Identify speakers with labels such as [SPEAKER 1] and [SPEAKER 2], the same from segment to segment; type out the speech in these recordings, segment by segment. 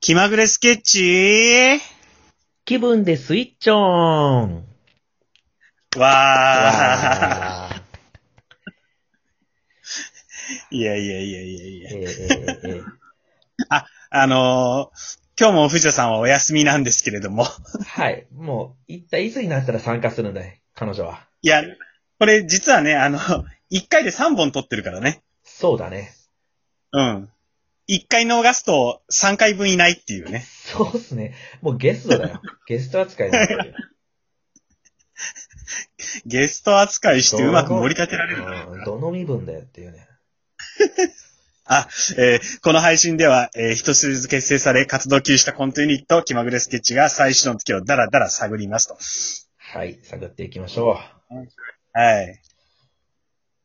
[SPEAKER 1] 気まぐれスケッチ
[SPEAKER 2] 気分でスイッチョーン
[SPEAKER 1] わー。
[SPEAKER 2] あ
[SPEAKER 1] いやいやいやいやい
[SPEAKER 2] ー
[SPEAKER 1] や。
[SPEAKER 2] えええええ
[SPEAKER 1] あのー、今日も藤田さんはお休みなんですけれども。
[SPEAKER 2] えはい。もう、一体いつになったら参加するんだい彼女は。
[SPEAKER 1] いや、これ実はね、あの、1回で3本撮ってるからね。
[SPEAKER 2] そうだね。
[SPEAKER 1] うん。1回逃すと3回分いないっていうね。
[SPEAKER 2] そうっすね。もうゲストだよ。ゲスト扱いになってるよ。
[SPEAKER 1] ゲスト扱いしてうまく盛り立てられる。
[SPEAKER 2] うんどの身分だよっていうね。
[SPEAKER 1] えーこの配信では、えー一シリーズ結成され活動休止したコントユニット、気まぐれスケッチが最初の月をダラダラ探りますと。
[SPEAKER 2] はい。探っていきましょ
[SPEAKER 1] はい。
[SPEAKER 2] う。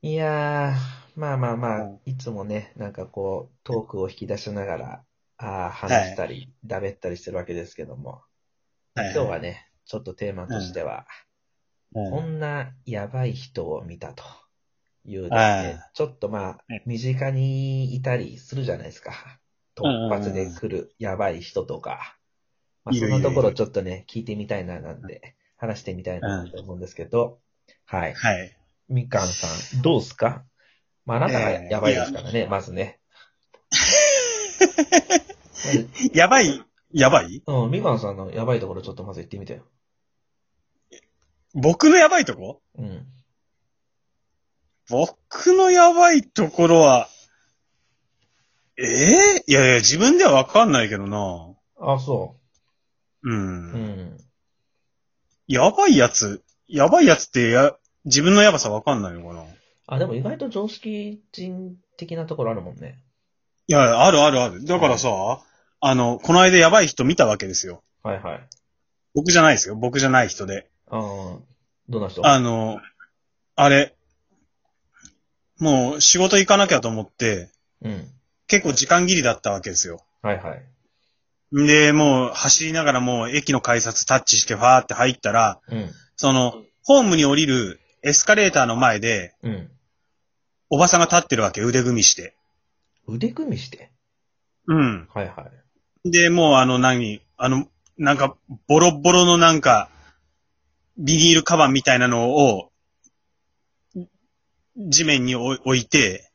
[SPEAKER 2] いやー、まあまあま
[SPEAKER 1] う
[SPEAKER 2] あ、いつもね、なんかこう、トークを引き出しながら、ああ、話したり、だべったりしてるわけですけども、
[SPEAKER 1] 今
[SPEAKER 2] 今日はね、ちょっとテーマとしては、こんなやばい人を見たというですね
[SPEAKER 1] あ、
[SPEAKER 2] ちょっとまあ
[SPEAKER 1] ね、
[SPEAKER 2] 身近にいたりするじゃないですか。突発で来るやばい人とか。まあ、
[SPEAKER 1] い
[SPEAKER 2] そ
[SPEAKER 1] る
[SPEAKER 2] ん
[SPEAKER 1] いる
[SPEAKER 2] なところちょっとね、聞いてみたいななんで、話してみたいなと思うんですけど、はい。
[SPEAKER 1] はい。
[SPEAKER 2] みかんさん、どうすかまあ、あなたが
[SPEAKER 1] ええ
[SPEAKER 2] やばいですからね、まずね。
[SPEAKER 1] やばい、やばい
[SPEAKER 2] まずうん、みかんさんのやばいところちょっとまず行ってみてよ。
[SPEAKER 1] 僕のやばいとこ
[SPEAKER 2] うん。
[SPEAKER 1] 僕のやばいところは、ええいやいや、自分ではわかんないけどな。
[SPEAKER 2] あ、そうう。
[SPEAKER 1] ん。
[SPEAKER 2] うん。
[SPEAKER 1] やばいやつ、やばいやつってや、自分のやばさわかんないのかな。い
[SPEAKER 2] あ、でも意外と常識人的なところあるもんね。
[SPEAKER 1] や、あるあるある。だからさ、あの、この間やばい人見たわけですよ。
[SPEAKER 2] はいはい。
[SPEAKER 1] 僕じゃないですよ。僕じゃない人で。
[SPEAKER 2] あーどんな人
[SPEAKER 1] あの、あれ、もう仕事行かなきゃと思って、
[SPEAKER 2] うん。
[SPEAKER 1] 結構時間切りだったわけですよ。
[SPEAKER 2] はいはい。
[SPEAKER 1] んで、もう走りながらもう駅の改札タッチしてファーって入ったら、
[SPEAKER 2] うん。
[SPEAKER 1] その、ホームに降りるエスカレーターの前で、
[SPEAKER 2] うん。
[SPEAKER 1] おばさんが立ってるわけ、腕組みして。
[SPEAKER 2] 腕組みして。
[SPEAKER 1] うん。
[SPEAKER 2] はいはい。
[SPEAKER 1] で、もうあの何、あの、なんか、ボロッボロのなんか、ビニールカバンみたいなのを、地面に置い置いて、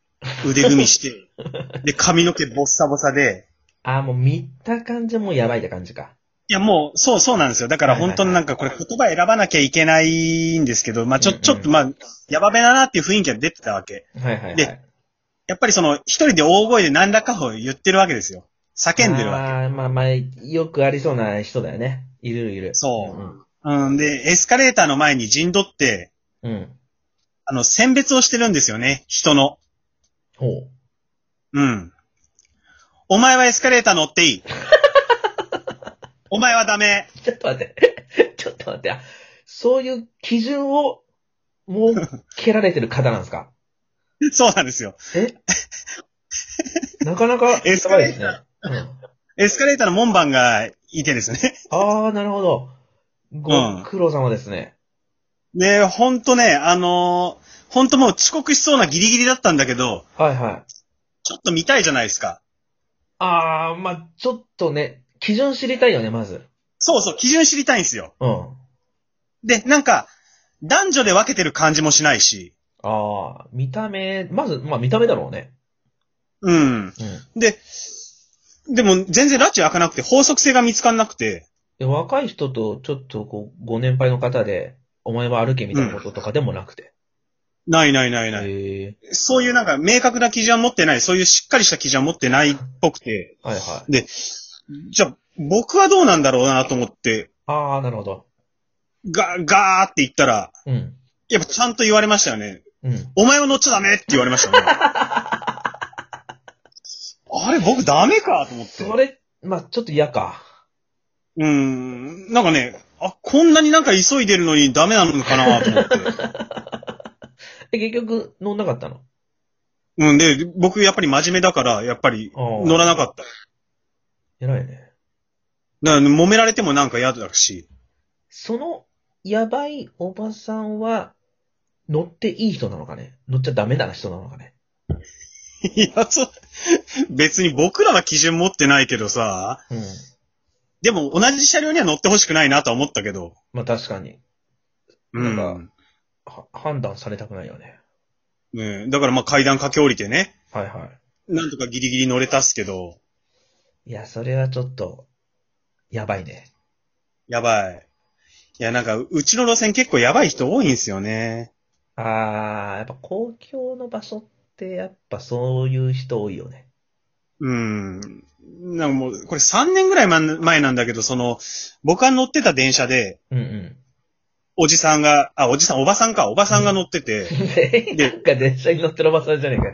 [SPEAKER 1] 腕組みして、で、髪の毛ボッサボサで、
[SPEAKER 2] あーもう見た感じもやばいって感じか。
[SPEAKER 1] いやもう、そうそうなんですよ。だから
[SPEAKER 2] はいはいは
[SPEAKER 1] 本当
[SPEAKER 2] い
[SPEAKER 1] になんかこれ言葉選ばなきゃいけないんですけど、まあちょ、
[SPEAKER 2] うんうん
[SPEAKER 1] ちょっとまあ、やばめだなっていう雰囲気が出てたわけ。
[SPEAKER 2] はいはいはい。
[SPEAKER 1] でやっぱりその、一人で大声で何らかを言ってるわけですよ。叫んでるわけ。
[SPEAKER 2] あーまあまあ、よくありそうな人だよね。いるいる。
[SPEAKER 1] そうん。で、エスカレーターの前に陣取って、
[SPEAKER 2] うん。うん。
[SPEAKER 1] あの、選別をしてるんですよね、人の。
[SPEAKER 2] ほう。
[SPEAKER 1] うん。お前はエスカレーター乗 っていい。お前はダメ。
[SPEAKER 2] ちょっと待って。 ちょっと待って。あそういう基準を設けられてる方なんですか
[SPEAKER 1] そうなんですよ。
[SPEAKER 2] えなかなか、
[SPEAKER 1] エスカレー
[SPEAKER 2] やばいですね。うん
[SPEAKER 1] エスカレーターの門番がいてですね。
[SPEAKER 2] ああ、なるほど。
[SPEAKER 1] う
[SPEAKER 2] ご
[SPEAKER 1] ん
[SPEAKER 2] 苦労様ですね。
[SPEAKER 1] で、ほんとね、あのーほんともう遅刻しそうなギリギリだったんだけど、
[SPEAKER 2] はいはい。
[SPEAKER 1] ちょっと見たいじゃないですか。
[SPEAKER 2] ああ、まあ、ちょっとね、基準知りたいよね、まず。
[SPEAKER 1] そうそう、基準知りたいんですよ。
[SPEAKER 2] うん。あ
[SPEAKER 1] で、なんか、男女で分けてる感じもしないし、
[SPEAKER 2] あ、見た目、まず、まあ見た目だろうね。
[SPEAKER 1] うん。
[SPEAKER 2] うん
[SPEAKER 1] で、でも全然拉致開かなくて、法則性が見つかんなくて、
[SPEAKER 2] で。若い人と、ちょっとこう、ご年配の方で、お前は歩けみたいなこととかでもなくて。
[SPEAKER 1] ないないないない。
[SPEAKER 2] へえ。
[SPEAKER 1] そういうなんか明確な基準は持ってない、そういうしっかりした基準は持ってないっぽくて、
[SPEAKER 2] はいはい。
[SPEAKER 1] じゃあ僕はどうなんだろうなと思って、
[SPEAKER 2] ああ、なるほど。
[SPEAKER 1] ガー、ガーって言ったら、
[SPEAKER 2] うん。
[SPEAKER 1] やっぱちゃんと言われましたよね。
[SPEAKER 2] うん。
[SPEAKER 1] お前は乗っちゃダメって言われま したね。あれ僕ダメかと思って。
[SPEAKER 2] それ、まあちょっと嫌か。
[SPEAKER 1] うーん。なんかね、あ、こんなになんか急いでるのにダメなのかなと思 って。
[SPEAKER 2] え、結局、乗んなかったの
[SPEAKER 1] うんで、僕やっぱり真面目だから、やっぱり乗らなかった。
[SPEAKER 2] 偉いね。
[SPEAKER 1] だから揉められてもなんか嫌だし。
[SPEAKER 2] その、やばいおばさんは、乗っていい人なのかね乗っちゃダメな人なのかね
[SPEAKER 1] いや、そ、別に僕らは基準持ってないけどさ、
[SPEAKER 2] うん。
[SPEAKER 1] でも同じ車両には乗ってほしくないなとは思ったけど。
[SPEAKER 2] まあ確かに。
[SPEAKER 1] う
[SPEAKER 2] なん
[SPEAKER 1] ん。
[SPEAKER 2] は判断されたくないよね。
[SPEAKER 1] うん、だからまあ階段駆け下りてね、
[SPEAKER 2] はいは
[SPEAKER 1] なんとかギリギリ乗れたっすけど、
[SPEAKER 2] い。いや、それはちょっと、やばいね。
[SPEAKER 1] やばい。いや、なんか、うちの路線結構やばい人多いんすよね。
[SPEAKER 2] あー、やっぱ公共の場所って、やっぱそういう人多いよね。
[SPEAKER 1] うん。なんかもう、これ3年ぐらい前前なんだけど、その、僕が乗ってた電車で、
[SPEAKER 2] うんうん。
[SPEAKER 1] おじさんが、あ、おじさん、おばさんか、おばさんが乗ってて、
[SPEAKER 2] で、なんか電車に乗ってるおばさんじゃねえか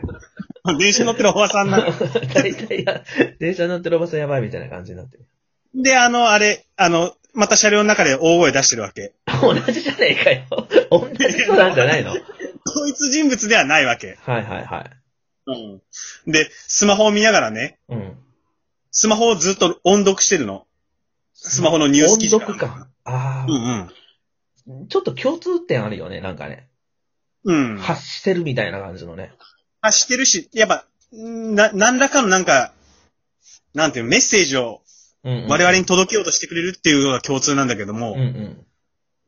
[SPEAKER 2] よ。
[SPEAKER 1] 電車乗ってるおばさんなの。
[SPEAKER 2] 大体や、電車に乗ってるおばさんやばいみたいな感じになってる。
[SPEAKER 1] で、あの、あれ、あの、また車両の中で大声出してるわけ。
[SPEAKER 2] 同じじゃねえかよ。同じ人なんじゃないのはい
[SPEAKER 1] 同一人物ではないわけ。
[SPEAKER 2] はいはい。
[SPEAKER 1] うん。で、スマホを見ながらね、
[SPEAKER 2] うん。
[SPEAKER 1] スマホをずっと音読してるの。スマホのニュース記事
[SPEAKER 2] 音
[SPEAKER 1] か
[SPEAKER 2] 読感。あ
[SPEAKER 1] うんうん。
[SPEAKER 2] あ、ちょっと共通点あるよね、なんかね。
[SPEAKER 1] うん。
[SPEAKER 2] 発してるみたいな感じのね。
[SPEAKER 1] 発してるし、やっぱ、んな、何らかのなんか、なんていうのメッセージを
[SPEAKER 2] うんうん、
[SPEAKER 1] 我々に届けようとしてくれるっていうのが共通なんだけども、
[SPEAKER 2] うんう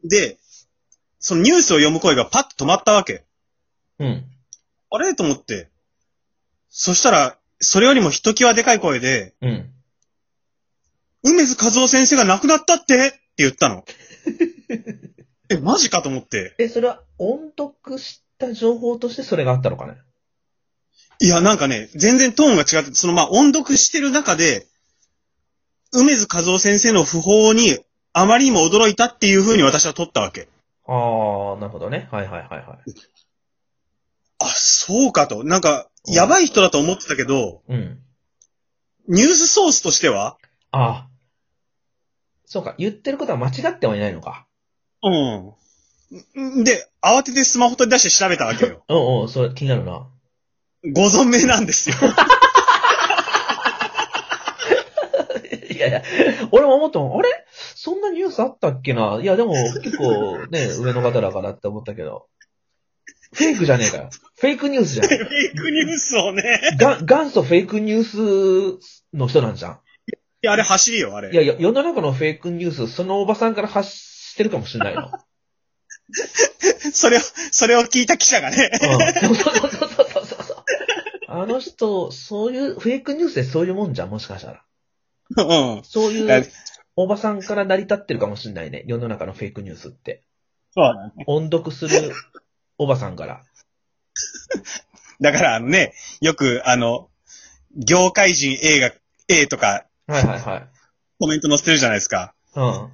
[SPEAKER 2] ん。
[SPEAKER 1] で、そのニュースを読む声がパッと止まったわけ。
[SPEAKER 2] うん。
[SPEAKER 1] あれと思って。そしたら、それよりもひときわでかい声で、
[SPEAKER 2] うん。
[SPEAKER 1] 梅津和夫先生が亡くなったってって言った の。え、マジかと思って。
[SPEAKER 2] え、それは音読した情報としてそれがあったのかね
[SPEAKER 1] いや、なんかね、全然トーンが違って、そのまあ音読してる中で、梅津和夫先生の訃報にあまりにも驚いたっていう風に私は取ったわけ。
[SPEAKER 2] ああ、なるほどね。はいはいはいはい。
[SPEAKER 1] あ、そうかと。なんか、やばい人だと思ってたけど、
[SPEAKER 2] うん。
[SPEAKER 1] ニュースソースとしては
[SPEAKER 2] ああ。そうか、言ってることは間違ってはいないのか。
[SPEAKER 1] うん。で、慌ててスマホ取り出して調べたわけよ。
[SPEAKER 2] うんうん、それ気になるな。
[SPEAKER 1] ご存命なんです よ。
[SPEAKER 2] いやいや、俺も思ったもん、あれそんなニュースあったっけないや、でも結構ね、上の方だからって思ったけど。フェイクじゃねえかよ。フェイクニュースじゃん。
[SPEAKER 1] フェイクニュースをね。
[SPEAKER 2] が、元祖フェイクニュースの人なんじゃ
[SPEAKER 1] いや、あれ走りよ、あれ。
[SPEAKER 2] ん。いやいや、世の中のフェイクニュース、そのおばさんから発してるかもしれないの。
[SPEAKER 1] それを、それを聞いた記者がね。
[SPEAKER 2] うん。そうそうそうそうそうそう。あの人、そういう、フェイクニュースでそういうもんじゃん、もしかしたら。
[SPEAKER 1] うん。
[SPEAKER 2] そうい
[SPEAKER 1] いや
[SPEAKER 2] う、おばさんから成り立ってるかもしれないね。世の中のフェイクニュースって。
[SPEAKER 1] そうだね。
[SPEAKER 2] 音読するおばさんから。
[SPEAKER 1] だから、あのね、よく、あの、業界人 A が、A とか
[SPEAKER 2] はいはいはい。
[SPEAKER 1] コメント載せてるじゃないですか。
[SPEAKER 2] うん。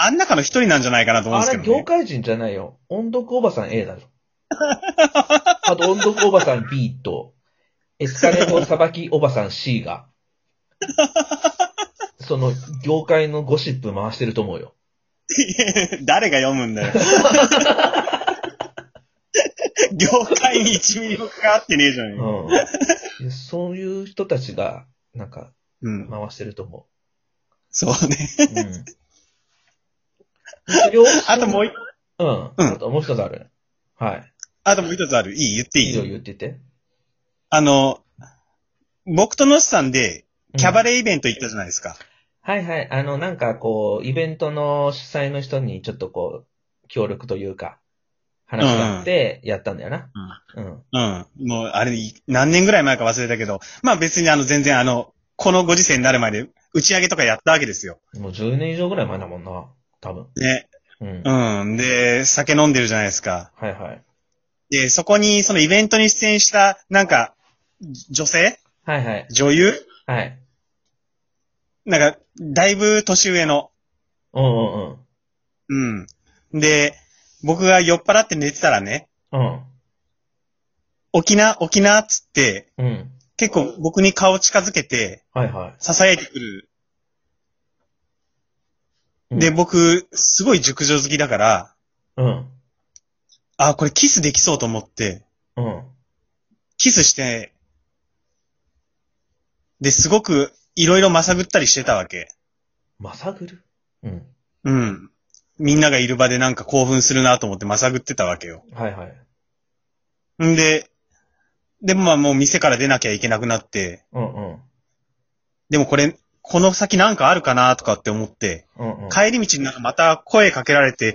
[SPEAKER 1] あん中の一人なんじゃないかなと思うん
[SPEAKER 2] あ
[SPEAKER 1] です
[SPEAKER 2] れ、
[SPEAKER 1] けど
[SPEAKER 2] 業
[SPEAKER 1] ね。
[SPEAKER 2] 界人じゃないよ。音読おばさん A だろ。 あと、音読おばさん B と、エスカレートさばきおばさん C が、 その、業界のゴシップ回してると思うよ。
[SPEAKER 1] 誰が読むん だよ。業界に1ミリも関わってねえじゃんよ。
[SPEAKER 2] うんで。そういう人たちが、なんか、
[SPEAKER 1] うん。
[SPEAKER 2] 回してると思
[SPEAKER 1] そうね。
[SPEAKER 2] う。うん。それを
[SPEAKER 1] あともう一、
[SPEAKER 2] うん。
[SPEAKER 1] うん
[SPEAKER 2] あともう一つある。はい。
[SPEAKER 1] あともう一つある。いい言ってい
[SPEAKER 2] い
[SPEAKER 1] い
[SPEAKER 2] いよ、言ってて。
[SPEAKER 1] あの、僕とのしさんで、キャ
[SPEAKER 2] レ
[SPEAKER 1] バレーイベント行ったじゃないですか。
[SPEAKER 2] はいはい。あの、なんかこう、イベントの主催の人にちょっとこう、協力というか、話があって、やったんだよな。うん。
[SPEAKER 1] うん。もう、あれ、い何年ぐらい前か忘れたけど、まあ別にあの、全然あの、このご時世になる前で、打ち上げとかやったわけですよ。
[SPEAKER 2] もう10年以上ぐらい前だもんな。多分。
[SPEAKER 1] ね。
[SPEAKER 2] うん。
[SPEAKER 1] うん。で、酒飲んでるじゃないですか。
[SPEAKER 2] はいはい。
[SPEAKER 1] で、そこに、そのイベントに出演した、なんか、女性
[SPEAKER 2] はいはい。
[SPEAKER 1] 女優
[SPEAKER 2] はい。
[SPEAKER 1] なんか、だいぶ年上の。
[SPEAKER 2] うんうんうん。
[SPEAKER 1] うん。で、僕が酔っ払って寝てたらね、
[SPEAKER 2] うん。
[SPEAKER 1] 沖縄、沖縄っつって、
[SPEAKER 2] うん。
[SPEAKER 1] 結構僕に顔近づけて、
[SPEAKER 2] はいは
[SPEAKER 1] 囁いてくる。
[SPEAKER 2] うん
[SPEAKER 1] で、僕、すごい熟女好きだから、
[SPEAKER 2] い。うん。
[SPEAKER 1] あ、これキスできそうと思って、
[SPEAKER 2] うん。
[SPEAKER 1] キスして、で、すごく、いろいろまさぐったりしてたわけ。
[SPEAKER 2] まさぐるうん。
[SPEAKER 1] うん。みんながいる場でなんか興奮するなと思ってまさぐってたわけよ。
[SPEAKER 2] はいはい。
[SPEAKER 1] んで、で、まあもう店から出なきゃいけなくなって、
[SPEAKER 2] うんうん。
[SPEAKER 1] でもこれ、この先なんかあるかなとかって思って、
[SPEAKER 2] うんうん。
[SPEAKER 1] 帰り道になんかまた声かけられて、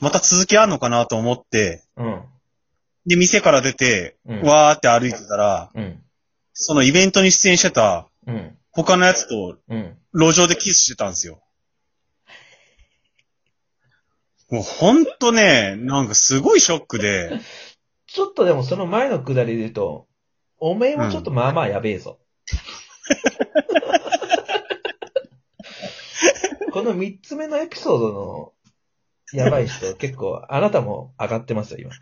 [SPEAKER 1] また続きあんのかなと思って、
[SPEAKER 2] うん。
[SPEAKER 1] で、店から出て、
[SPEAKER 2] うん
[SPEAKER 1] わーって歩いてたら、
[SPEAKER 2] うん。
[SPEAKER 1] そのイベントに出演してた
[SPEAKER 2] うん。
[SPEAKER 1] 他のやつと
[SPEAKER 2] うん。
[SPEAKER 1] 路上でキスしてたんですよ。もうほんとね、なんかすごいショックで、
[SPEAKER 2] ちょっとでもその前のくだりで言うと、おめえもちょっとまあまあやべえぞ。この三つ目のエピソードのやばい人、結構あなたも上がってますよ、今。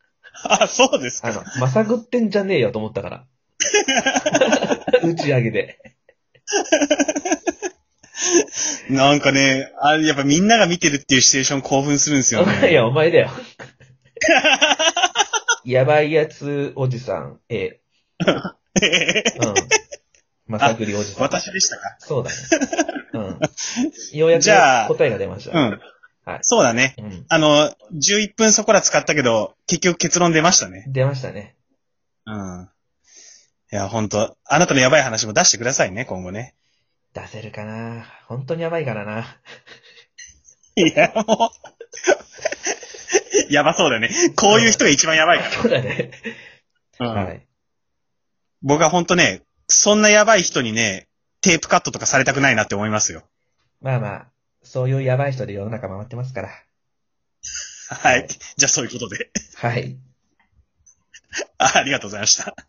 [SPEAKER 1] あ、そうです
[SPEAKER 2] あ
[SPEAKER 1] か。
[SPEAKER 2] の、まさぐってんじゃねえよと思ったから。打ち上げで。
[SPEAKER 1] なんかね、あやっぱみんなが見てるっていうシチュエーション興奮するんですよ
[SPEAKER 2] い
[SPEAKER 1] ね。
[SPEAKER 2] や、お前だよ。やばいやつおじさん、え、うん。まさぐりおじさん。
[SPEAKER 1] 私でしたか。
[SPEAKER 2] そう だね。うん。ようやく
[SPEAKER 1] じゃあ
[SPEAKER 2] 答えが出ました。
[SPEAKER 1] うん。
[SPEAKER 2] はい
[SPEAKER 1] そうだね。
[SPEAKER 2] うん。
[SPEAKER 1] あの、11分そこら使ったけど、結局結論出ましたね。
[SPEAKER 2] 出ましたね。
[SPEAKER 1] うん。いや、ほんと、あなたのやばい話も出してくださいね、今後ね。
[SPEAKER 2] 出せるかな本当にやばいからな。
[SPEAKER 1] いや、もう。 やばそうだね。こういう人が一番やばいか
[SPEAKER 2] そうだね。
[SPEAKER 1] ら。うん
[SPEAKER 2] はい。
[SPEAKER 1] 僕はほんとね、そんなやばい人にね、テープカットとかされたくないなって思いますよ。
[SPEAKER 2] まあまあ、そういうやばい人で世の中回ってますから。
[SPEAKER 1] はい。じゃあそういうことで。
[SPEAKER 2] はい。
[SPEAKER 1] ありがとうございました。